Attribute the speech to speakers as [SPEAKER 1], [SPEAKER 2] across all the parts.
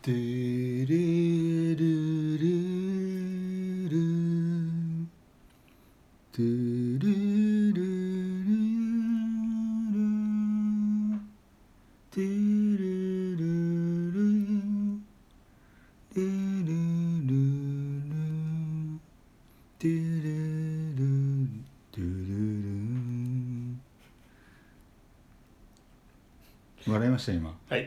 [SPEAKER 1] テレルレルテレルレルテレルレレルルルテレルテレル笑いました今
[SPEAKER 2] はい、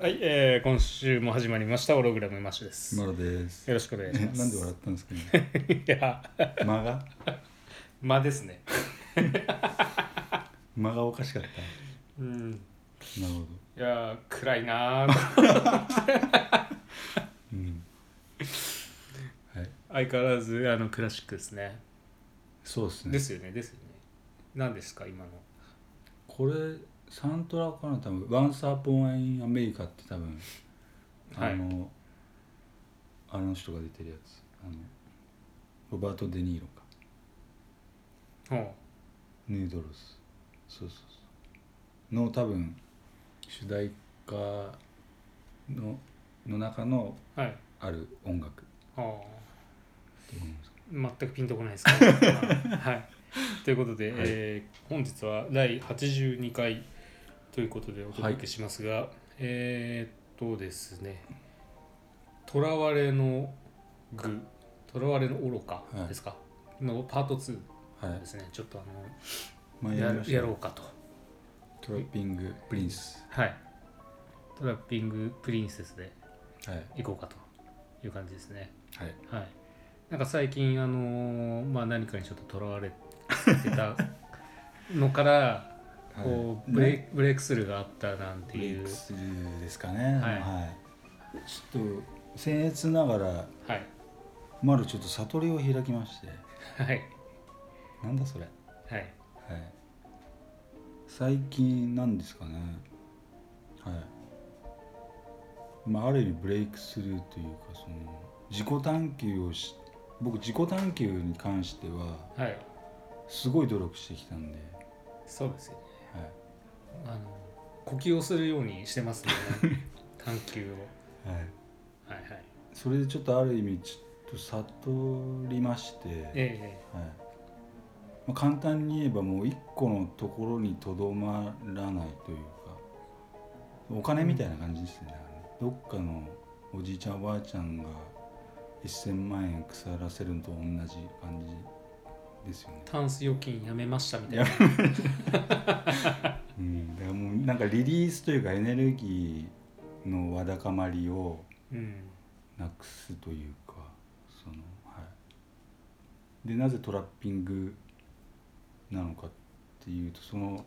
[SPEAKER 2] はいえー今週も始まりました「オログラムマッシュ」です。
[SPEAKER 1] マ
[SPEAKER 2] よ
[SPEAKER 1] ロです
[SPEAKER 2] ろしくお願いし
[SPEAKER 1] え
[SPEAKER 2] ます。
[SPEAKER 1] なんで笑ったんですかね
[SPEAKER 2] いや、
[SPEAKER 1] 間が
[SPEAKER 2] 間ですね。
[SPEAKER 1] 間がおかしかった
[SPEAKER 2] うん、
[SPEAKER 1] なるほど
[SPEAKER 2] いやー、暗いなー
[SPEAKER 1] うんはい
[SPEAKER 2] 相変わらずあのクラシックですね。
[SPEAKER 1] そうですね
[SPEAKER 2] ですよね、ですよね。何ですか、今の。
[SPEAKER 1] これサントラかな多分「ワンサーポン・アイン・アメリカ」って多分
[SPEAKER 2] はい
[SPEAKER 1] あの、あの人が出てるやつあのロバート・デ・ニーロか
[SPEAKER 2] ほ
[SPEAKER 1] ヌードルスそうそうそうの多分主題歌のの中の
[SPEAKER 2] うはい。
[SPEAKER 1] ある音楽
[SPEAKER 2] は
[SPEAKER 1] と思います
[SPEAKER 2] あ、全くピンとこないですか、 はい。ということで、
[SPEAKER 1] はい
[SPEAKER 2] えー本日は第82回ということでお届けしますが、えーっとですね「とらわれの具」「とらわれの愚か」ですか、のパート2
[SPEAKER 1] はい
[SPEAKER 2] ですねちょっとあ
[SPEAKER 1] 前
[SPEAKER 2] の
[SPEAKER 1] や
[SPEAKER 2] や
[SPEAKER 1] りました
[SPEAKER 2] やろうかと
[SPEAKER 1] トラッピング・プリンス
[SPEAKER 2] はいトラッピングプリンセスで
[SPEAKER 1] はい
[SPEAKER 2] 行こうかという感じですね
[SPEAKER 1] はい
[SPEAKER 2] はい、なんか最近、あのーまあ、何かにちょっととらわれて たのからこうブレイ
[SPEAKER 1] ね
[SPEAKER 2] クブレイクスルーがあったなんて
[SPEAKER 1] ブレイ
[SPEAKER 2] いう
[SPEAKER 1] ク、スルーですかね
[SPEAKER 2] はい
[SPEAKER 1] いちょっと僭越ながら
[SPEAKER 2] はい
[SPEAKER 1] まるちょっと悟りを開きまして
[SPEAKER 2] はい
[SPEAKER 1] なんだそれはい
[SPEAKER 2] はい
[SPEAKER 1] 最近なんですかねはいまあある意味ブレイクスルーというかその自己探求をし僕自己探求に関しては
[SPEAKER 2] はい
[SPEAKER 1] すごい努力してきたんで、
[SPEAKER 2] そうですよね
[SPEAKER 1] はい
[SPEAKER 2] あの呼吸をするようにしてますね 探求を
[SPEAKER 1] はい、
[SPEAKER 2] はいはい
[SPEAKER 1] それでちょっとある意味ちょっと悟りまして
[SPEAKER 2] え
[SPEAKER 1] はいまあ、簡単に言えばもう一個のところにとどまらないというかお金みたいな感じですね、だからねどっかのおじいちゃんおばあちゃんが1,000万円腐らせるのと同じ感じですよね
[SPEAKER 2] え、タンス預金やめましたみたい
[SPEAKER 1] や
[SPEAKER 2] な
[SPEAKER 1] うん、だからもうなんかリリースというかエネルギーのわだかまりを
[SPEAKER 2] うん
[SPEAKER 1] なくすというかそのはいでなぜトラッピングなのかっていうとその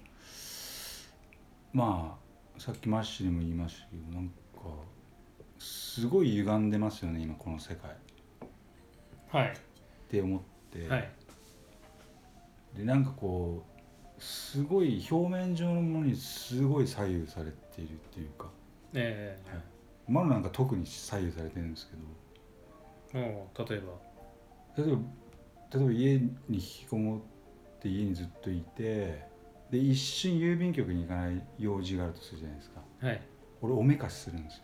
[SPEAKER 1] まあさっきマッシュにも言いましたけどなんかすごい歪んでますよね今この世界っ
[SPEAKER 2] はい
[SPEAKER 1] て思って、
[SPEAKER 2] はい
[SPEAKER 1] でなんかこうすごい表面上のものにすごい左右されているっていうか、
[SPEAKER 2] え
[SPEAKER 1] マロなんか特に左右されてるんですけど、
[SPEAKER 2] えもう例えば
[SPEAKER 1] 例えば例えば家に引きこもって家にずっといてで一瞬郵便局に行かない用事があるとするじゃないですか
[SPEAKER 2] はい
[SPEAKER 1] 俺おめかしするんですよ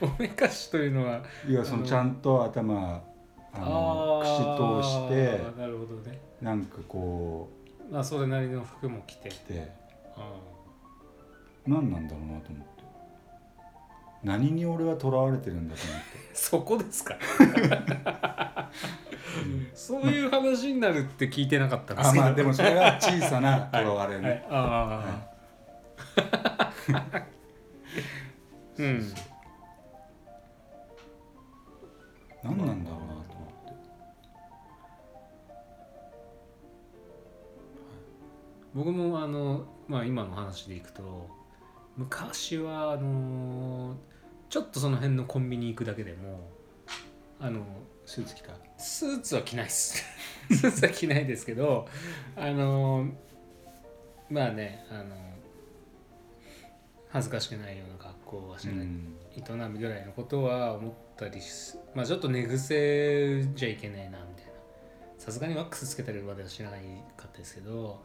[SPEAKER 2] おめかしというのは
[SPEAKER 1] 要はその
[SPEAKER 2] うん
[SPEAKER 1] ちゃんと頭あの
[SPEAKER 2] あー
[SPEAKER 1] 串通して
[SPEAKER 2] なるほどね
[SPEAKER 1] なんかこ
[SPEAKER 2] まあそれなりの服も着て
[SPEAKER 1] う来て
[SPEAKER 2] あ
[SPEAKER 1] 何なんだろうなと思って何に俺は囚われてるんだと 思っ
[SPEAKER 2] ーそこですか
[SPEAKER 1] て、
[SPEAKER 2] そういう話になるって聞いてなかったんで
[SPEAKER 1] あ
[SPEAKER 2] すけど、
[SPEAKER 1] まあ でもそれが小さな囚われね、
[SPEAKER 2] はい、ああ、 うん
[SPEAKER 1] 何なんだろうなと思って
[SPEAKER 2] 僕もあの、まあ、今の話でいくと昔はあのーちょっとその辺のコンビニ行くだけでもあの
[SPEAKER 1] スーツ着た
[SPEAKER 2] スーツは着ないっす スーツは着ないですけどあのーまあねあの恥ずかしくないような格好はしない
[SPEAKER 1] うん
[SPEAKER 2] 営むぐらいのことは思ったりしまあちょっと寝癖じゃいけないなみたいなさすがにワックスつけたりまではしなかったですけど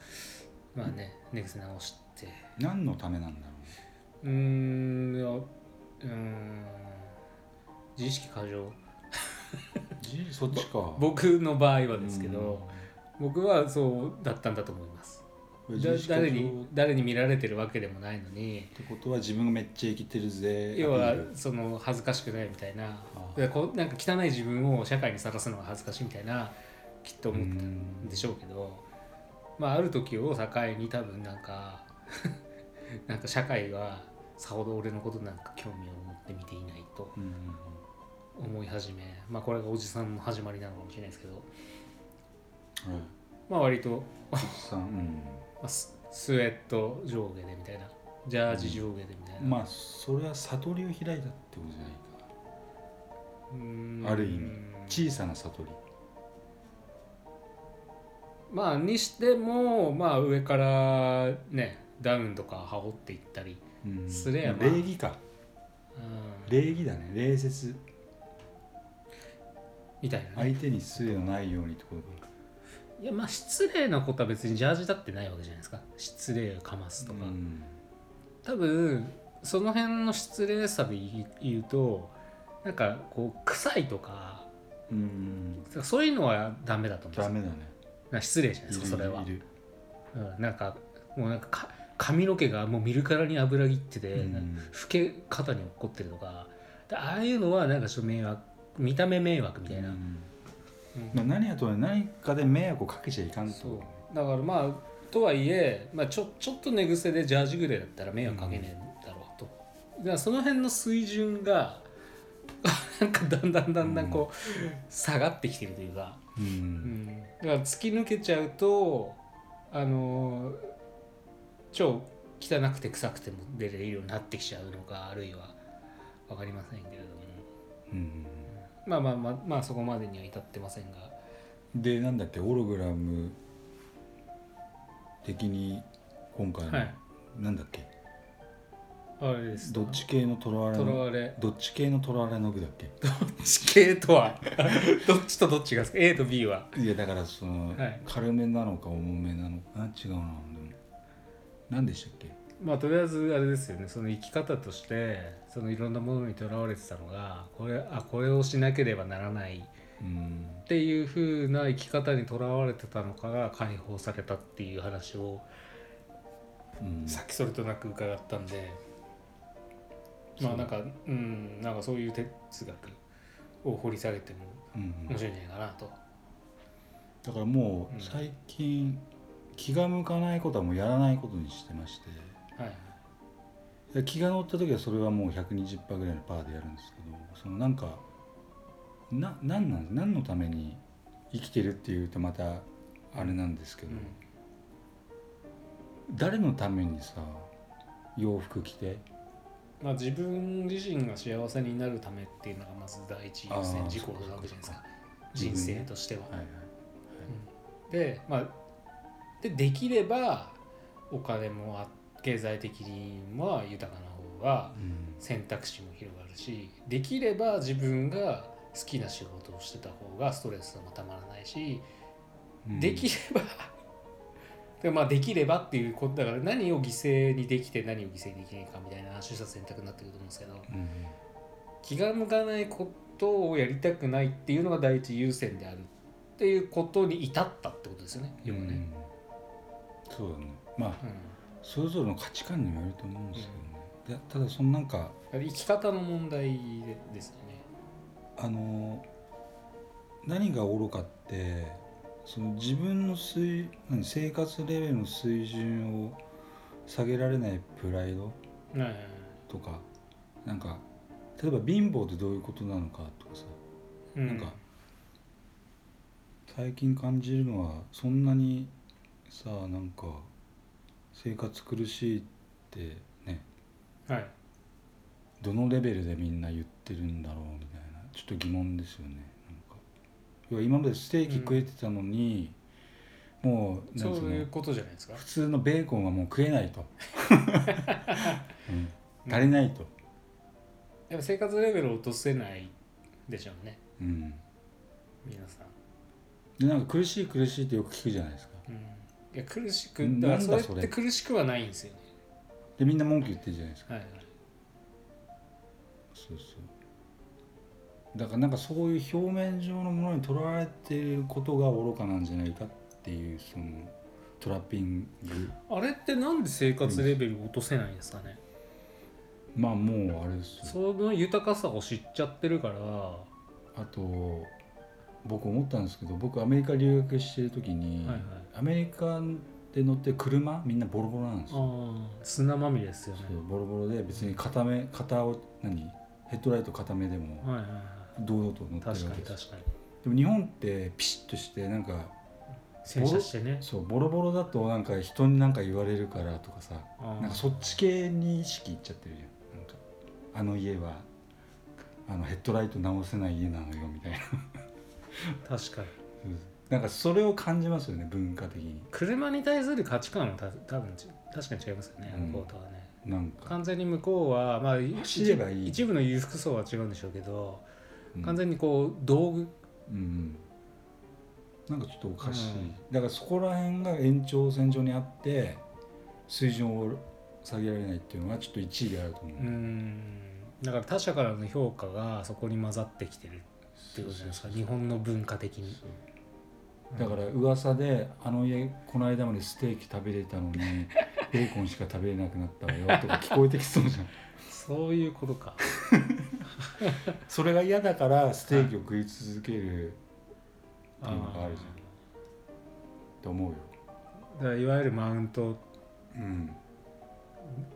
[SPEAKER 2] まあね寝癖直して
[SPEAKER 1] 何のためなんだろうね
[SPEAKER 2] うーんいやうーん自意識過剰
[SPEAKER 1] そっちか
[SPEAKER 2] 僕の場合はですけど、僕はそうだったんだと思います
[SPEAKER 1] うん
[SPEAKER 2] だ誰に
[SPEAKER 1] っ
[SPEAKER 2] 誰に見られてるわけでもないのに
[SPEAKER 1] てことは自分がめっちゃ生きてるぜ
[SPEAKER 2] 要
[SPEAKER 1] ア
[SPEAKER 2] は
[SPEAKER 1] ピール
[SPEAKER 2] その恥ずかしくないみたいな
[SPEAKER 1] あ
[SPEAKER 2] でこうなんか汚い自分を社会にさらすのが恥ずかしいみたいなきっと思ってた
[SPEAKER 1] うん
[SPEAKER 2] んでしょうけどまあある時を境に多分なんか なんか社会はさほど俺のことなんか興味を持って見ていないと
[SPEAKER 1] うん
[SPEAKER 2] 思い始めまあこれがおじさんの始まりなのかもしれないですけど
[SPEAKER 1] うんはい
[SPEAKER 2] まあ割と、
[SPEAKER 1] おじさん、
[SPEAKER 2] まあススウェット上下でみたいなジャージ上下でみたいな、
[SPEAKER 1] うんまあそれは悟りを開いたってことじゃないか
[SPEAKER 2] うーん
[SPEAKER 1] ある意味小さな悟り
[SPEAKER 2] まあにしてもまあ上からねダウンとか羽織っていったり、
[SPEAKER 1] うん
[SPEAKER 2] すれば
[SPEAKER 1] 礼儀か
[SPEAKER 2] うん、
[SPEAKER 1] 礼儀だね礼節
[SPEAKER 2] みたいな、ね
[SPEAKER 1] 相手に失礼のないようにってことか
[SPEAKER 2] い、やまあ失礼なことは別にジャージだってないわけじゃないですか失礼をかますとか、
[SPEAKER 1] うん
[SPEAKER 2] 多分その辺の失礼さで言う言うとなんかこう臭いとか
[SPEAKER 1] うん
[SPEAKER 2] そういうのはダメだと思うん
[SPEAKER 1] ダ
[SPEAKER 2] です
[SPEAKER 1] メ
[SPEAKER 2] よ
[SPEAKER 1] だね
[SPEAKER 2] なんか失礼じゃない
[SPEAKER 1] い
[SPEAKER 2] です
[SPEAKER 1] る、
[SPEAKER 2] かそれはい
[SPEAKER 1] る
[SPEAKER 2] うん、なんかもうなんかか髪の毛がもう見るからに油ぎってて、
[SPEAKER 1] うん
[SPEAKER 2] なんか老け方に落っこってるとかでああいうのはなんかちょっと迷惑見た目迷惑みたいな、
[SPEAKER 1] うん
[SPEAKER 2] うん
[SPEAKER 1] まあ、何やとは何かで迷惑をかけちゃいかん
[SPEAKER 2] そ
[SPEAKER 1] と
[SPEAKER 2] うだからまあとはいえ、まあ、ちょちょっと寝癖でジャージぐらいだったら迷惑かけねえんだろうと、だからその辺の水準が なんかだんだんだんだんこう、下がってきてるというか、
[SPEAKER 1] う、
[SPEAKER 2] うんん、だから突き抜けちゃうとあのー超汚くて臭くても出れるようになってきちゃうのかあるいは分かりませんけれども
[SPEAKER 1] うん
[SPEAKER 2] まあまあまあまあそこまでには至ってませんが。
[SPEAKER 1] でなんだっけホログラム的に今回の、
[SPEAKER 2] はい
[SPEAKER 1] なんだっけ
[SPEAKER 2] あれです
[SPEAKER 1] どっち系のとらわれ
[SPEAKER 2] とら
[SPEAKER 1] の
[SPEAKER 2] われ
[SPEAKER 1] どっち系のとらわれの具だっけ
[SPEAKER 2] 地形とは どっちとどっちがですか A と B はい
[SPEAKER 1] やだからその、
[SPEAKER 2] はい
[SPEAKER 1] 軽めなのか重めなのかあ違うなでも何でしたっけ
[SPEAKER 2] まあとりあえずあれですよねその生き方としてそのいろんなものにとらわれてたのがこれあこれをしなければならない
[SPEAKER 1] うん
[SPEAKER 2] っていう風な生き方にとらわれてたのかが解放されたっていう話を
[SPEAKER 1] うん
[SPEAKER 2] さっきそれとなく伺ったんで、まあなんかうんなんかそういう哲学を掘り下げても
[SPEAKER 1] うん
[SPEAKER 2] 面白いんじゃないかなと、
[SPEAKER 1] だからも
[SPEAKER 2] うん
[SPEAKER 1] う最近気が向かないことはもうやらないことにしてまして
[SPEAKER 2] はい
[SPEAKER 1] で気が乗った時はそれはもう120%ぐらいのパーでやるんですけどそのなんかななんなん何のために生きてるっていうとまたあれなんですけど、誰のためにさ洋服着て
[SPEAKER 2] まあ、自分自身が幸せになるためっていうのがまず第一優先事項なわけじゃないです
[SPEAKER 1] そ
[SPEAKER 2] か
[SPEAKER 1] う
[SPEAKER 2] 人
[SPEAKER 1] か
[SPEAKER 2] 生としては。
[SPEAKER 1] はいはい
[SPEAKER 2] で,、まあ、でできればお金もあ経済的にも豊かな方が
[SPEAKER 1] うん
[SPEAKER 2] 選択肢も広がるしできれば自分が好きな仕事をしてた方がストレスもたまらないし、
[SPEAKER 1] うん
[SPEAKER 2] できれば でまあできればっていうことだから何を犠牲にできて何を犠牲にできないかみたいな取捨選択になってくると思うんですけど。
[SPEAKER 1] うん
[SPEAKER 2] 気が向かないことをやりたくないっていうのが第一優先であるっていうことに至ったってことですよね。要はね
[SPEAKER 1] うんそうだねまあ
[SPEAKER 2] うん
[SPEAKER 1] それぞれの価値観にもよると思うんですけどね、だただそのなんか
[SPEAKER 2] 生き方の問題ですよね。
[SPEAKER 1] あの何が愚かってその自分の水何生活レベルの水準を下げられないプライド
[SPEAKER 2] はいはいはい
[SPEAKER 1] とかなんか例えば貧乏ってどういうことなのかとかさ
[SPEAKER 2] うん
[SPEAKER 1] なんか最近感じるのはそんなにさなんか生活苦しいってね
[SPEAKER 2] はい
[SPEAKER 1] どのレベルでみんな言ってるんだろうみたいなちょっと疑問ですよねなんか要は今までステーキ食えてたのに、もうな
[SPEAKER 2] そ
[SPEAKER 1] ん
[SPEAKER 2] う
[SPEAKER 1] つう
[SPEAKER 2] いう
[SPEAKER 1] の
[SPEAKER 2] ことじゃないですか。
[SPEAKER 1] 普通のベーコンはもう食えない と、うん
[SPEAKER 2] うん
[SPEAKER 1] 足りないと、
[SPEAKER 2] やっぱ生活レベルを落とせないでしょうね
[SPEAKER 1] うん、
[SPEAKER 2] 皆さん。
[SPEAKER 1] でなんか苦しい苦しいってよく聞くじゃないですか
[SPEAKER 2] うんいや苦しく
[SPEAKER 1] うん
[SPEAKER 2] だから
[SPEAKER 1] なん
[SPEAKER 2] そ
[SPEAKER 1] だ
[SPEAKER 2] れって苦しくはないんですよね。
[SPEAKER 1] ででみんな文句言ってるじゃないですか
[SPEAKER 2] はいはい
[SPEAKER 1] そうそうだからなんかそういう表面上のものにとらわれてることが愚かなんじゃないかっていうそのトラッピング
[SPEAKER 2] あれってなんで生活レベルを落とせないんですかね、
[SPEAKER 1] まあもうあれですよ
[SPEAKER 2] その豊かさを知っちゃってるからは
[SPEAKER 1] あと僕思ったんですけど僕アメリカ留学してる時に、
[SPEAKER 2] いはい
[SPEAKER 1] アメリカで乗ってる車みんなボロボロなんですよ
[SPEAKER 2] ああ砂まみれですよね
[SPEAKER 1] そうボロボロで別に片目片を何ヘッドライト片目でも
[SPEAKER 2] はいはいはい
[SPEAKER 1] 堂々と乗ってるわ
[SPEAKER 2] 確か
[SPEAKER 1] け
[SPEAKER 2] に
[SPEAKER 1] です
[SPEAKER 2] 確かに
[SPEAKER 1] でも日本ってピシッとしてなんか
[SPEAKER 2] 洗車してね
[SPEAKER 1] そうボロボロだとなんか人に何か言われるからとかさ
[SPEAKER 2] な
[SPEAKER 1] なんかそっち系に意識いっちゃってるじゃんなんかあの家はあのヘッドライト直せない家なのよみたいな
[SPEAKER 2] 確かに
[SPEAKER 1] なんかそれを感じますよね文化的に
[SPEAKER 2] 車に対する価値観はた多分ち確かに違いますよね、
[SPEAKER 1] うん
[SPEAKER 2] 向こうとはね
[SPEAKER 1] なんか、
[SPEAKER 2] 完全に向こうはまあい
[SPEAKER 1] 走ればいい
[SPEAKER 2] 一部の裕福層は違うんでしょうけど、
[SPEAKER 1] うん
[SPEAKER 2] 完全にこう道具
[SPEAKER 1] うんなんかちょっとおかしい、
[SPEAKER 2] うん
[SPEAKER 1] だからそこら辺が延長線上にあって水準を下げられないっていうのはちょっと一理あると思う、
[SPEAKER 2] うーんだから他者からの評価がそこに混ざってきてるっていうことじゃないですか日本の文化的に
[SPEAKER 1] だから噂で「あの家この間までステーキ食べれた のにベーコンしか食べれなくなったわよ」とか聞こえてきそうじ ゃん
[SPEAKER 2] そういうことか
[SPEAKER 1] それが嫌だからステーキを食い続けるっていうのがあるじゃんと思うよ、
[SPEAKER 2] あーだからいわゆるマウント
[SPEAKER 1] うん、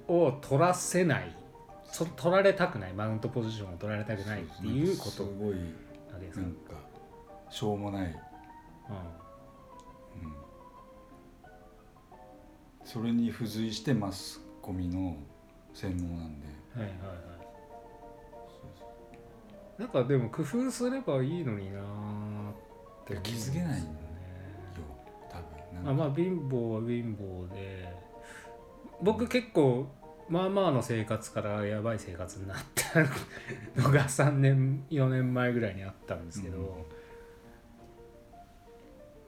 [SPEAKER 2] を取らせないそ取られたくないマウントポジションを取られたくないっていうこ
[SPEAKER 1] す
[SPEAKER 2] とな
[SPEAKER 1] ごい
[SPEAKER 2] わけです
[SPEAKER 1] な
[SPEAKER 2] か
[SPEAKER 1] んかしょうもない、
[SPEAKER 2] うん
[SPEAKER 1] うん、それに付随してマスコミの洗脳なんで
[SPEAKER 2] はいはいはいなんかでも工夫すればいいのになーって思うんですよ
[SPEAKER 1] 気づけない
[SPEAKER 2] ね
[SPEAKER 1] んよ多分
[SPEAKER 2] あ
[SPEAKER 1] なんか
[SPEAKER 2] まあ貧乏は貧乏で僕結構まあまあの生活からやばい生活になったのが3年4年前ぐらいにあったんですけど、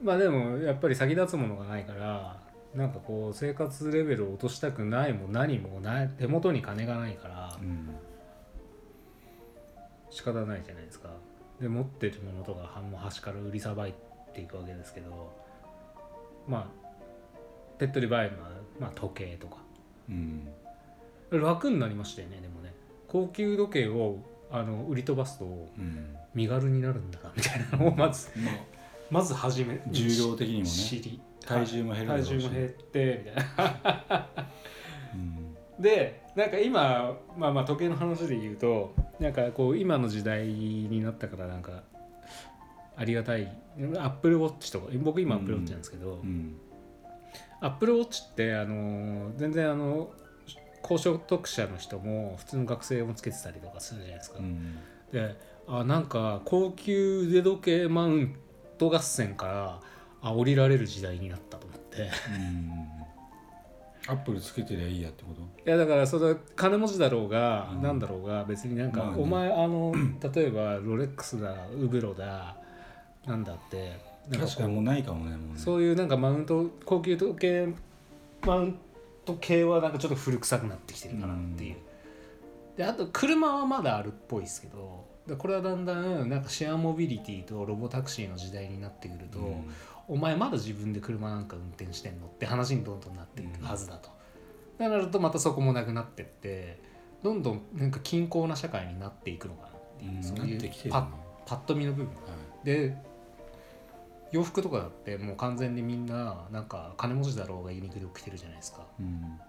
[SPEAKER 2] まあでもやっぱり先立つものがないからなんかこう生活レベルを落としたくないも何もない手元に金がないから、
[SPEAKER 1] うん
[SPEAKER 2] 仕方ないじゃないですかで持ってるものとか半も端から売りさばいていくわけですけどまあ手っ取り早いのは、まあ、時計とか
[SPEAKER 1] うん
[SPEAKER 2] 楽になりましたよねでもね高級時計をあの売り飛ばすと
[SPEAKER 1] うん
[SPEAKER 2] 身軽になるんだなみたいなのをまず
[SPEAKER 1] まあ
[SPEAKER 2] まず始め
[SPEAKER 1] 重量的にもね
[SPEAKER 2] 知り
[SPEAKER 1] 体重も減るだろう
[SPEAKER 2] 体
[SPEAKER 1] し
[SPEAKER 2] 重も減ってみたいな
[SPEAKER 1] うん
[SPEAKER 2] でなんか今まあまあ時計の話で言うとなんかこう今の時代になったからなんかありがたいアップルウォッチとか僕今アップルウォッチなんですけど、
[SPEAKER 1] うん
[SPEAKER 2] アップルウォッチってあのー全然あの高所得者の人も普通の学生もつけてたりとかするじゃないですか、
[SPEAKER 1] うん
[SPEAKER 2] であなんか高級腕時計マウント合戦からあ降りられる時代になったと思って
[SPEAKER 1] うんアップルつけてりゃいいやってこと
[SPEAKER 2] いやだからそれ金持ちだろうが、
[SPEAKER 1] うん
[SPEAKER 2] なんだろうが別になんか、
[SPEAKER 1] まあね
[SPEAKER 2] お前あの 例えばロレックスだウブロだなんだってなんこう
[SPEAKER 1] 確かにもうないかもねもうね
[SPEAKER 2] そういうなんかマウント高級時計マウント系はなんかちょっと古臭くなってきてるかなってい
[SPEAKER 1] う
[SPEAKER 2] う、
[SPEAKER 1] ん
[SPEAKER 2] であと車はまだあるっぽいですけどでこれはだんだんなんかシェアモビリティとロボタクシーの時代になってくると、
[SPEAKER 1] うん
[SPEAKER 2] お前まだ自分で車なんか運転してんのって話にどんどんなっていくはずだと、だからとまたそこもなくなってってどんどんなんか均衡な社会になっていくのかなっていう、
[SPEAKER 1] うん
[SPEAKER 2] そう
[SPEAKER 1] なっ
[SPEAKER 2] い
[SPEAKER 1] て
[SPEAKER 2] う
[SPEAKER 1] きてるね
[SPEAKER 2] パッパッと見の部分
[SPEAKER 1] はい
[SPEAKER 2] で洋服とかだってもう完全にみんななんか金持ちだろうがユニクロ着てるじゃないですか
[SPEAKER 1] うん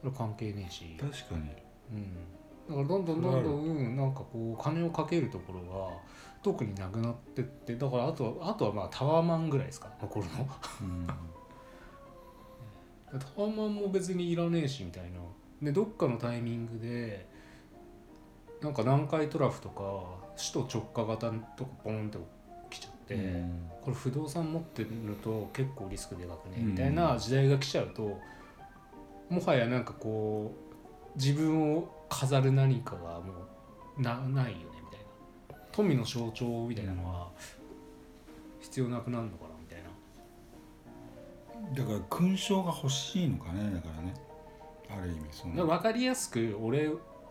[SPEAKER 2] それ関係ねえし、
[SPEAKER 1] 確かに
[SPEAKER 2] うん、だからどんどんどんどん、うんなんかこう金をかけるところが特になくなってってだからあとはあとはまあタワーマンぐらいですか残るの
[SPEAKER 1] うん
[SPEAKER 2] タワマンも別にいらねえしみたいなでどっかのタイミングでなんか南海トラフとか首都直下型のとこポンって来ちゃって、
[SPEAKER 1] うん
[SPEAKER 2] これ不動産持ってると結構リスクでかくね
[SPEAKER 1] うん
[SPEAKER 2] みたいな時代が来ちゃうと、もはやなんかこう自分を飾る何かがもうなないよねみたいな富の象徴みたいなのは必要なくなるのかなみたいな。
[SPEAKER 1] だから勲章が欲しいのかねだからねある意味そ
[SPEAKER 2] なんか
[SPEAKER 1] の
[SPEAKER 2] 分かりやすく俺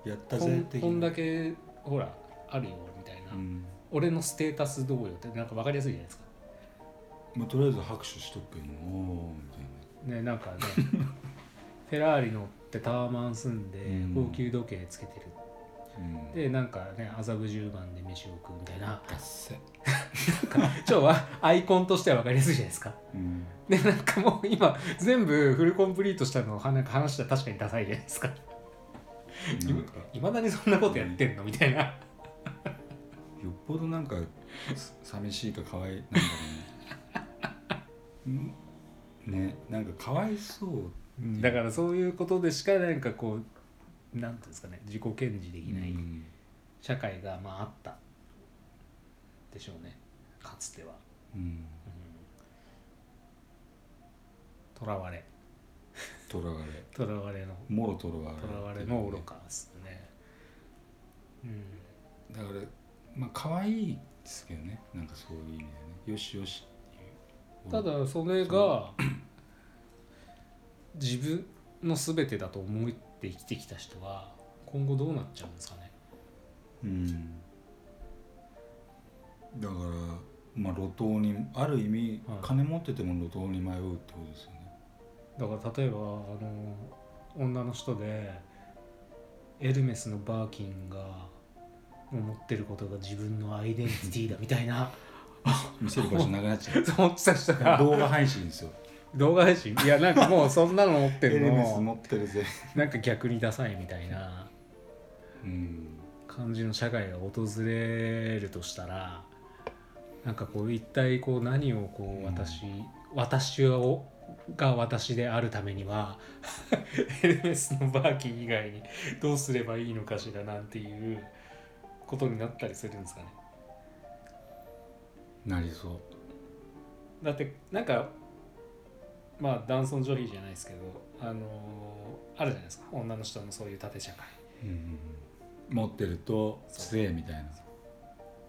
[SPEAKER 1] やった
[SPEAKER 2] こ
[SPEAKER 1] ぜ
[SPEAKER 2] ん
[SPEAKER 1] 的
[SPEAKER 2] こん
[SPEAKER 1] な
[SPEAKER 2] だけほらあるよみたいな、
[SPEAKER 1] うん
[SPEAKER 2] 俺のステータスどうよってなんか分かりやすいじゃないですか
[SPEAKER 1] まあ、とりあえず拍手しとくけどおーみたい
[SPEAKER 2] ねな んかねフェラーリ乗ってタワマン住んで
[SPEAKER 1] うん
[SPEAKER 2] 高級時計つけてる、
[SPEAKER 1] な、うん、
[SPEAKER 2] でなんかね麻布十番で飯を食うみたいな
[SPEAKER 1] ダッセ、
[SPEAKER 2] ちょは アイコンとしては分かりやすいじゃないですか
[SPEAKER 1] うん、
[SPEAKER 2] でなんかもう今全部フルコンプリートしたのをはなんか話したら確かにダサいじゃないですか
[SPEAKER 1] なんか
[SPEAKER 2] いまだにそんなことやってんのみたいな
[SPEAKER 1] よっぽどなんかさ寂しいかかわいなんだろう ねんねなんかかわいそう
[SPEAKER 2] だからそういうことでしかなんかこうなんていうんですかね自己顕示できない
[SPEAKER 1] うん
[SPEAKER 2] 社会がまああったでしょうねかつては
[SPEAKER 1] うん
[SPEAKER 2] とらわれ
[SPEAKER 1] とらわれ
[SPEAKER 2] とらわれの
[SPEAKER 1] もろとらわれ
[SPEAKER 2] とらわれの愚かですねうん
[SPEAKER 1] だからまあ可愛いですけどねなんかそういう意味でねよしよしってい
[SPEAKER 2] た
[SPEAKER 1] う
[SPEAKER 2] だそれが自分の全てだと思って生きてきた人は今後どうなっちゃうんですかね
[SPEAKER 1] うんだからまあ路頭にある意味、
[SPEAKER 2] はい
[SPEAKER 1] 金持ってても路頭に迷うってことですよね
[SPEAKER 2] だから例えばあの女の人でエルメスのバーキンが持ってることが自分のアイデンティティだみたいな
[SPEAKER 1] 見せる場所なくなっち ゃう
[SPEAKER 2] そう思ってた人が
[SPEAKER 1] 動画配信ですよ
[SPEAKER 2] 動画配信いやなんかもうそんなの 持って
[SPEAKER 1] エ
[SPEAKER 2] る
[SPEAKER 1] ルメス
[SPEAKER 2] の
[SPEAKER 1] 持ってるぜ
[SPEAKER 2] なんか逆にダサいみたいな
[SPEAKER 1] うん
[SPEAKER 2] 感じの社会が訪れるとしたらなんかこう一体こう何をこう私、私をが私であるためには エルメスのバーキン以外にどうすればいいのかしらなんていうことになったりするんですかね。
[SPEAKER 1] なりそう
[SPEAKER 2] だってなんかまあ男尊女卑じゃないですけど、あのーあるじゃないですか女の人のそういう縦社会
[SPEAKER 1] うん持ってると強えみたいな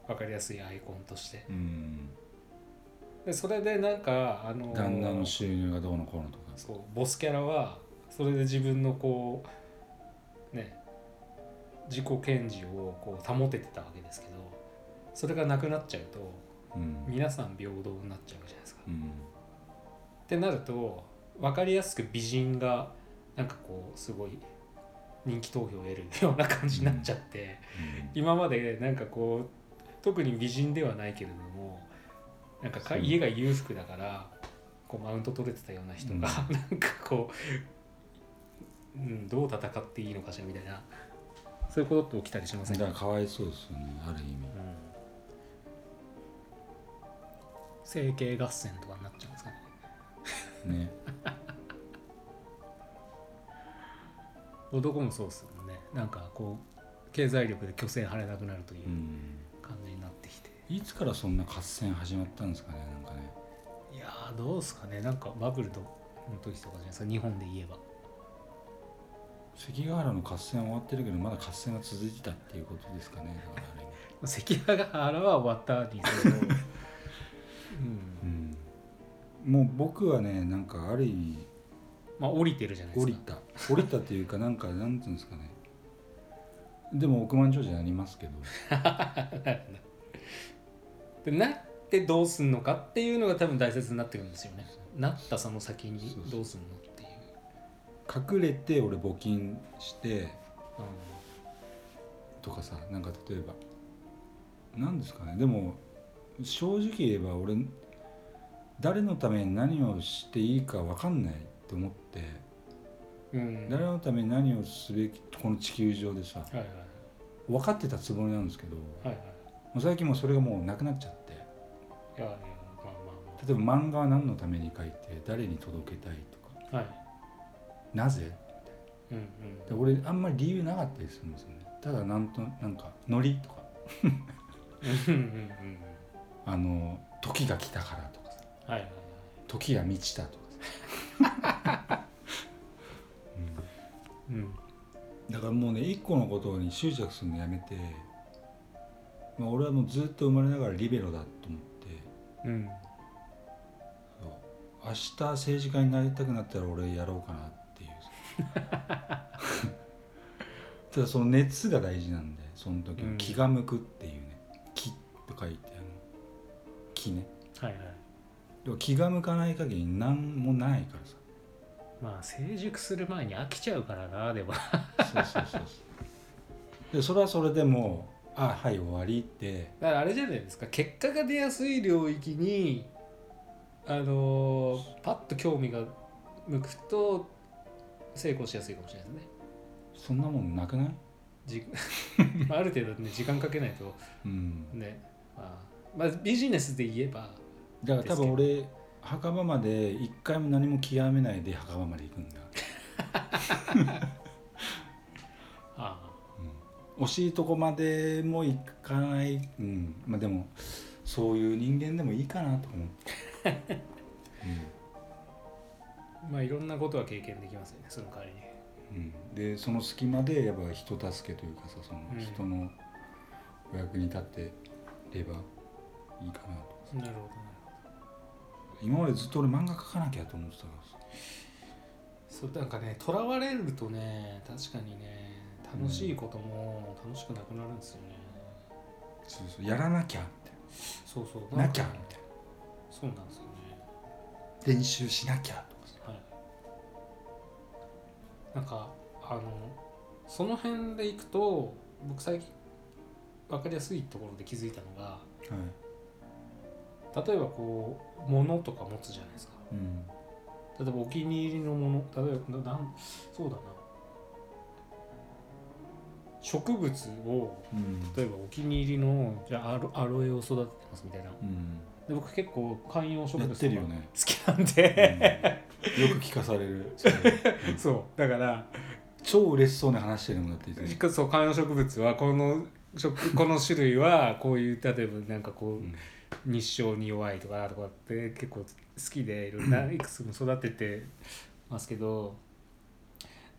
[SPEAKER 2] 分かりやすいアイコンとして
[SPEAKER 1] うん
[SPEAKER 2] でそれでなんか、あのー
[SPEAKER 1] 旦那の収入がどうのこうのとか
[SPEAKER 2] そうボスキャラはそれで自分のこうね自己顕示をこう保ててたわけですけどそれがなくなっちゃうと
[SPEAKER 1] うん、
[SPEAKER 2] 皆さん平等になっちゃうじゃないですか。
[SPEAKER 1] うん、
[SPEAKER 2] ってなると分かりやすく美人がなんかこうすごい人気投票を得るような感じになっちゃって、今までなんかこう特に美人ではないけれどもなんかか
[SPEAKER 1] そう
[SPEAKER 2] 家が裕福だからこうマウント取れてたような人が、なんかこう、うん、どう戦っていいのかしらみたいなそういうことって起きたりしませ
[SPEAKER 1] だ
[SPEAKER 2] ん
[SPEAKER 1] か
[SPEAKER 2] か、う
[SPEAKER 1] らかわいそうですよねある意味
[SPEAKER 2] ん、整形合戦とかになっちゃうんですかね。
[SPEAKER 1] ね
[SPEAKER 2] 男もそうですもんねなんかこう経済力で虚勢張れなくなるといううん感じになってきて、
[SPEAKER 1] いつからそんな合戦始まったんですかねなんかね
[SPEAKER 2] いやーどうですかねなんかバブルの時とかじゃないですか日本で言えば
[SPEAKER 1] 関ヶ原の合戦終わってるけどまだ合戦が続いてたっていうことですかねだからある
[SPEAKER 2] 関ヶ原は終わったにせよ、 うん
[SPEAKER 1] 意味、うん、もう僕はねなんかある意味
[SPEAKER 2] まあ降りてるじゃないで
[SPEAKER 1] 降
[SPEAKER 2] す
[SPEAKER 1] り
[SPEAKER 2] か
[SPEAKER 1] た降りたというかなんかなんていうんですかねでも億万長者になりますけど
[SPEAKER 2] でなってどうすんのかっていうのが多分大切になってくるんですよねなったその先にどうすんのっていう
[SPEAKER 1] 隠れて俺募金して
[SPEAKER 2] うん
[SPEAKER 1] とかさなんか例えばなんですかねでも正直言えば俺誰のために何をしていいか分かんないって思って
[SPEAKER 2] うん
[SPEAKER 1] 誰のために何をすべきこの地球上でさ
[SPEAKER 2] はいはい
[SPEAKER 1] 分かってたつもりなんですけど
[SPEAKER 2] はいはい
[SPEAKER 1] もう最近もうそれがもうなくなっちゃって
[SPEAKER 2] いやいやまあま
[SPEAKER 1] 例えば漫画は何のために書いて誰に届けたいとか
[SPEAKER 2] あまあはい
[SPEAKER 1] なぜ
[SPEAKER 2] うんうん
[SPEAKER 1] で俺あんまり理由なかったりするんですよねただなんとなんかノリとか
[SPEAKER 2] うんうんうん
[SPEAKER 1] あの時が来たからとかさ
[SPEAKER 2] はいはいはい
[SPEAKER 1] 時が満ちたとかさ、う
[SPEAKER 2] うん
[SPEAKER 1] ん、だからもうね一個のことに執着するのやめて、まあ、俺はもうずっと生まれながらリベロだと思って
[SPEAKER 2] うん
[SPEAKER 1] そう明日政治家になりたくなったら俺やろうかなっていう ただその熱が大事なんでその時
[SPEAKER 2] う
[SPEAKER 1] の
[SPEAKER 2] ん
[SPEAKER 1] 気が向くっていうね「気」と書いてあの気ね
[SPEAKER 2] はいはい
[SPEAKER 1] でも気が向かない限り何もないからさ
[SPEAKER 2] まあ成熟する前に飽きちゃうからなでも
[SPEAKER 1] そうそうそうそうでそれはそれでもうあはい終わりって
[SPEAKER 2] だからあれじゃないですか結果が出やすい領域にあのーパッと興味が向くと成功しやすいかもしれないですね
[SPEAKER 1] そんなもんなくない
[SPEAKER 2] じ まあある程度ね時間かけないと
[SPEAKER 1] うん
[SPEAKER 2] ね、まあ、まあビジネスで言えば
[SPEAKER 1] だから多分俺墓場まで一回も何も極めないで墓場まで行くんだ、
[SPEAKER 2] あ
[SPEAKER 1] うん、惜しいとこまでも行かない、うん、まあでもそういう人間でもいいかなと思う、
[SPEAKER 2] あまあいろんなことは経験できますよねその代わりに
[SPEAKER 1] うんうん、でその隙間でやっぱ人助けというかさその
[SPEAKER 2] うん
[SPEAKER 1] 人のお役に立ってればいいかなと
[SPEAKER 2] なるほどな
[SPEAKER 1] 今までずっと俺漫画描かなきゃと思ってたからさ
[SPEAKER 2] そうなんかねとらわれるとね確かにね楽しいことも楽しくなくなるんですよね、
[SPEAKER 1] そうそうやらなきゃみたい
[SPEAKER 2] そうそう
[SPEAKER 1] ななんき
[SPEAKER 2] か
[SPEAKER 1] ゃ
[SPEAKER 2] ね
[SPEAKER 1] みたい
[SPEAKER 2] そうなんですよね
[SPEAKER 1] な練習しなきゃとかさ
[SPEAKER 2] はいなんかあのその辺でいくと僕最近分かりやすいところで気づいたのが
[SPEAKER 1] はい、
[SPEAKER 2] 例えばこう物とか持つじゃないですか
[SPEAKER 1] うん、
[SPEAKER 2] 例えばお気に入りのもの例えばななんそうだな植物を
[SPEAKER 1] うん
[SPEAKER 2] 例えばお気に入りのじゃあアロアロエを育ててますみたいな
[SPEAKER 1] うん
[SPEAKER 2] で僕結構観葉植
[SPEAKER 1] や
[SPEAKER 2] 物
[SPEAKER 1] ってるよ
[SPEAKER 2] とか
[SPEAKER 1] ね、
[SPEAKER 2] 好きなん
[SPEAKER 1] うん
[SPEAKER 2] で、
[SPEAKER 1] よく聞かされるそれうん
[SPEAKER 2] そうだから
[SPEAKER 1] 超嬉しそうに話してるもんだっていつも
[SPEAKER 2] そう観葉植物はこの植この種類はこういう例えばなんかこ
[SPEAKER 1] うん
[SPEAKER 2] う日照に弱いとかとかって結構好きでいろんないくつも育ててますけど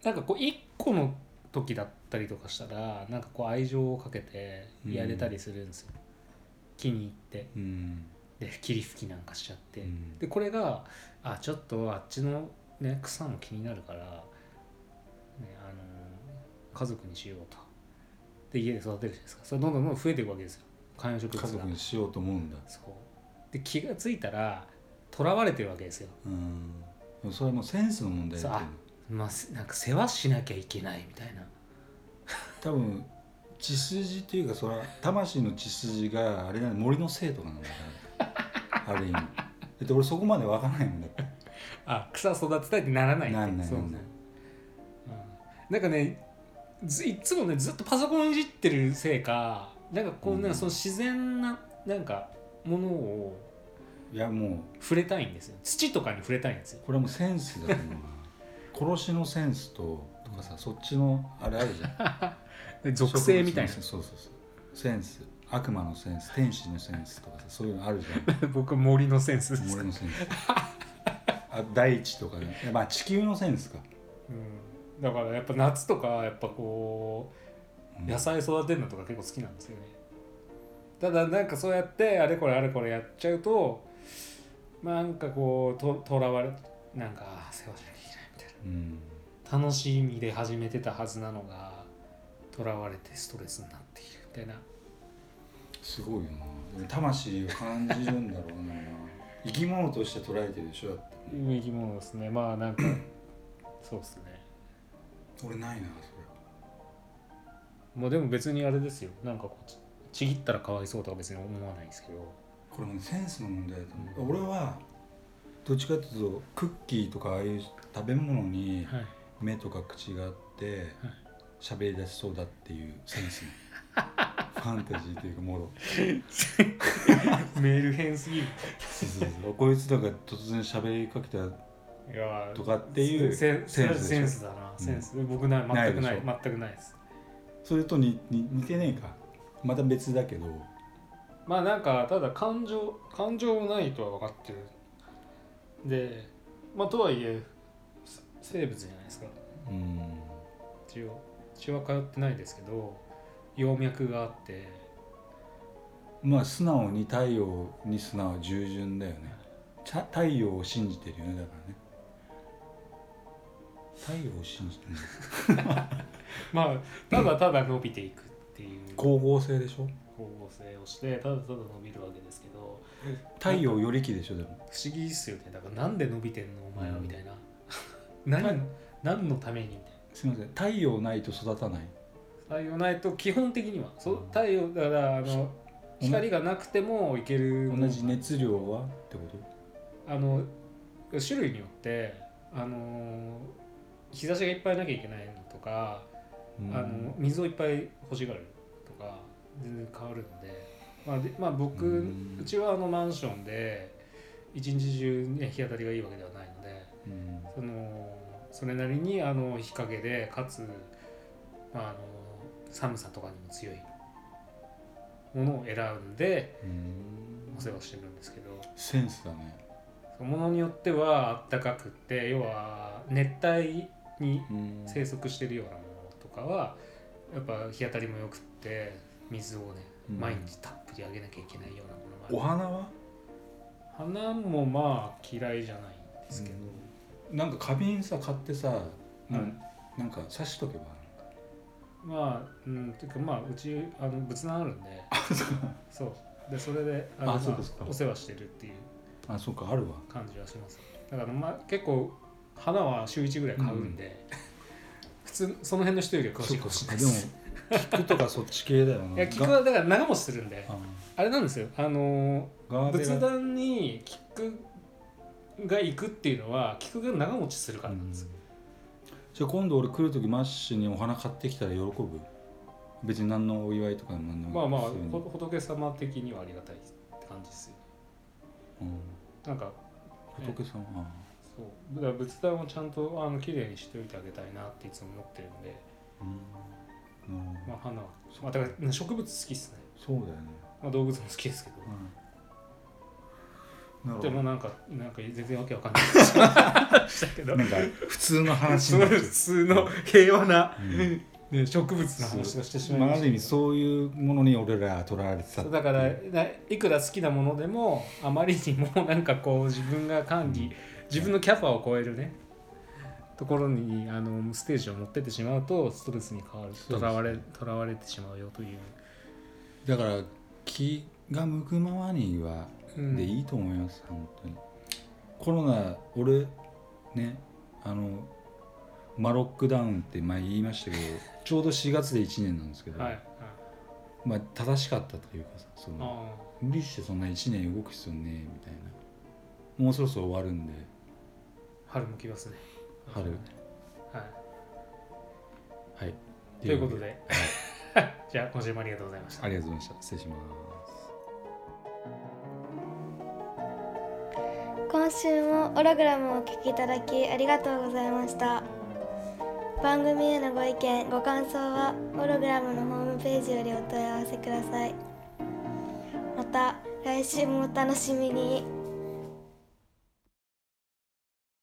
[SPEAKER 2] なんかこう一個の時だったりとかしたらなんかこう愛情をかけてやれたりするんですよ、気に入って
[SPEAKER 1] うん
[SPEAKER 2] で霧吹きなんかしちゃって、
[SPEAKER 1] うん
[SPEAKER 2] でこれがあちょっとあっちの、ね、草も気になるから、ね、あの家族にしようとで家で育てるじゃないですかそれどんどんどんどん増えていくわけですよ観葉植
[SPEAKER 1] 家
[SPEAKER 2] 物が
[SPEAKER 1] 族にしようと思うんだ
[SPEAKER 2] そうで気がついたらとらわれてるわけですよ
[SPEAKER 1] うんでもそれはもうセンスの問題だと思う
[SPEAKER 2] まあせなんか世話しなきゃいけないみたいな
[SPEAKER 1] 多分血筋っていうかそれは魂の血筋があれだね森の生徒なんだ からある意味だって俺そこまでわからないもんだって
[SPEAKER 2] あ草育てたいってならないって
[SPEAKER 1] なんない
[SPEAKER 2] そう
[SPEAKER 1] なんない
[SPEAKER 2] うん、なんかねずいっつもねずっとパソコンいじってるせいかなんかこう、
[SPEAKER 1] うん
[SPEAKER 2] なんかその自然ななんかものを
[SPEAKER 1] いやもう
[SPEAKER 2] 触れたいんですよ土とかに触れたいんですよ
[SPEAKER 1] これはもうセンスだと思うな殺しのセンスととかさそっちのあれあるじゃん
[SPEAKER 2] で 属性みたいな
[SPEAKER 1] 植物のセンスそうそうそうセンス悪魔のセンス天使のセンスとかさそういうのあるじゃ
[SPEAKER 2] 僕森のセンスで
[SPEAKER 1] ん
[SPEAKER 2] す
[SPEAKER 1] 森の センスあ大地とかねいやまあ地球のセンスか、
[SPEAKER 2] うん、だからやっぱ夏とかやっぱこ
[SPEAKER 1] う
[SPEAKER 2] うん野菜育てるのとか結構好きなんですよねただなんかそうやってあれこれあれこれやっちゃうとまあなんかこうととらわれなんかあー世話しなきゃいけないみたいな
[SPEAKER 1] うん
[SPEAKER 2] 楽しみで始めてたはずなのがとらわれてストレスになっているみたいな
[SPEAKER 1] すごいよなでも魂を感じるんだろう な生き物として捉えてるでしょだって
[SPEAKER 2] 生き物ですねまあ なんかそうですね
[SPEAKER 1] 俺ないな
[SPEAKER 2] もうでも別にあれですよなんかこうちちぎったらかわいそうとか別に思わないですけど
[SPEAKER 1] それこれもねセンスの問題だと思う俺はどっちかっていうとクッキーとかああいう食べ物に
[SPEAKER 2] はい
[SPEAKER 1] 目とか口があって喋り出しそうだっていうセンスねファンタジーというかもろ
[SPEAKER 2] メール変すぎる
[SPEAKER 1] そうそうそうこいつなんか突然喋りかけた
[SPEAKER 2] いやー
[SPEAKER 1] とかっていう
[SPEAKER 2] セン
[SPEAKER 1] センスでしょ
[SPEAKER 2] センスだな、
[SPEAKER 1] うん
[SPEAKER 2] センス僕ない全くな
[SPEAKER 1] ないいでし
[SPEAKER 2] 全くないです
[SPEAKER 1] それとにに似てねえかまた別だけど
[SPEAKER 2] まあなんかただ感情感情もないとは分かってるでまあとはいえせ生物じゃないですか
[SPEAKER 1] うん
[SPEAKER 2] 一応血は通ってないですけど葉脈があって
[SPEAKER 1] まあ素直に太陽に素直従順だよねちゃ太陽を信じてるよねだからね太陽を信じてない
[SPEAKER 2] まあただただ伸びていくっていう 光
[SPEAKER 1] 光合成でしょ
[SPEAKER 2] 合成をしてただただ伸びるわけですけど
[SPEAKER 1] 太陽よりきでしょでも
[SPEAKER 2] 不思議っすよねだからなんで伸びてんのお前は
[SPEAKER 1] うん
[SPEAKER 2] みたいな 何何のためにみたいな
[SPEAKER 1] すみません太陽ないと育たない
[SPEAKER 2] 太陽ないと基本的にはそ太陽だからあの光がなくてもいける
[SPEAKER 1] 同じ熱量はってこと
[SPEAKER 2] あの種類によってあの日差しがいっぱいなきゃいけないのとか、
[SPEAKER 1] うん
[SPEAKER 2] あの水をいっぱい欲しがるとか全然変わるので,、まあ、でまあ僕、う
[SPEAKER 1] うん
[SPEAKER 2] ちはあのマンションで一日中、ね、日当たりがいいわけではないので
[SPEAKER 1] うん
[SPEAKER 2] そのそれなりにあの日陰でかつ、まあ、あの寒さとかにも強いものを選んで
[SPEAKER 1] うん
[SPEAKER 2] お世話してるんですけど。
[SPEAKER 1] センスだね
[SPEAKER 2] ものによってはあったかくって要は熱帯に
[SPEAKER 1] うん
[SPEAKER 2] 生息してるようなものとかはやっぱ日当たりもよくって水をね
[SPEAKER 1] うん
[SPEAKER 2] 毎日たっぷりあげなきゃいけないようなものもある
[SPEAKER 1] お花は
[SPEAKER 2] 花もまあ嫌いじゃないんですけど、
[SPEAKER 1] なんか花瓶さ買ってさ、もう
[SPEAKER 2] うん
[SPEAKER 1] なんか刺しとけば
[SPEAKER 2] まあうんていうかまあうちあの仏壇あるんでそうでそれであの
[SPEAKER 1] あ
[SPEAKER 2] まあ
[SPEAKER 1] そうですか
[SPEAKER 2] お世話してるっていう
[SPEAKER 1] あそうかあるわ
[SPEAKER 2] 感じはしますだからまあ結構花は週1ぐらい買うんで、普通その辺の人よりは詳しいかもしれない
[SPEAKER 1] で
[SPEAKER 2] で
[SPEAKER 1] も
[SPEAKER 2] す
[SPEAKER 1] 菊とかそっち系だよ
[SPEAKER 2] い
[SPEAKER 1] な
[SPEAKER 2] や菊はだから長持ちするんで
[SPEAKER 1] あ
[SPEAKER 2] あれなんですよあの
[SPEAKER 1] ガ
[SPEAKER 2] ー
[SPEAKER 1] ーベ
[SPEAKER 2] 仏
[SPEAKER 1] ラ
[SPEAKER 2] 壇に菊が行くっていうのは菊が長持ちするからなんですよ、
[SPEAKER 1] じゃあ今度俺来る時マッシュにお花買ってきたら喜ぶ別に何のお祝いとかでも何でも
[SPEAKER 2] まあまあ
[SPEAKER 1] 普通に
[SPEAKER 2] ほ仏様的にはありがたいって感じですよ
[SPEAKER 1] うん
[SPEAKER 2] なんか
[SPEAKER 1] 仏さんあ
[SPEAKER 2] そうだから仏壇をちゃんとあの綺麗にしておいてあげたいなっていつも思ってるんで、
[SPEAKER 1] あうんなるほ
[SPEAKER 2] まあ、花は、まあ、だから植物好きっすね、
[SPEAKER 1] どそうだよね
[SPEAKER 2] まあ、動物も好きですけど、
[SPEAKER 1] うんなるほ
[SPEAKER 2] で
[SPEAKER 1] ど
[SPEAKER 2] もなんかなんか全然わけわかんない話だ けど
[SPEAKER 1] なんか普通の話
[SPEAKER 2] そ
[SPEAKER 1] に
[SPEAKER 2] の
[SPEAKER 1] なっちゃ
[SPEAKER 2] 普
[SPEAKER 1] う
[SPEAKER 2] 通の平和な、
[SPEAKER 1] うん
[SPEAKER 2] ね、植物の話をしてしまいま
[SPEAKER 1] あ
[SPEAKER 2] し
[SPEAKER 1] あ
[SPEAKER 2] た
[SPEAKER 1] る意味そういうものに俺らは取られてた
[SPEAKER 2] そうだからないくら好きなものでもあまりにもなんかこう自分が管理自分のキャパを超えるねところにあのステージを持ってってしまうとストレスに変わる
[SPEAKER 1] そうですね
[SPEAKER 2] とらわれとらわれてしまうよという、
[SPEAKER 1] だから気が向くままには
[SPEAKER 2] うん
[SPEAKER 1] でいいと思います、本当にコロナ俺ねあのマロックダウンって前言いました けどちょうど4月で1年なんですけど、
[SPEAKER 2] はいはい
[SPEAKER 1] まあ正しかったというかさその
[SPEAKER 2] あ
[SPEAKER 1] 無理してそんな1年動く必要ねえみたいなもうそろそろ終わるんで
[SPEAKER 2] ー春も来ますね
[SPEAKER 1] 春
[SPEAKER 2] はい
[SPEAKER 1] はい
[SPEAKER 2] ということで じゃあ今週もありがとうございました
[SPEAKER 1] ありがとうございました失礼します
[SPEAKER 3] 今週もオログラムをお聞きいただきありがとうございました番組へのご意見ご感想はオログラムのホームページよりお問い合わせくださいまた来週もお楽しみに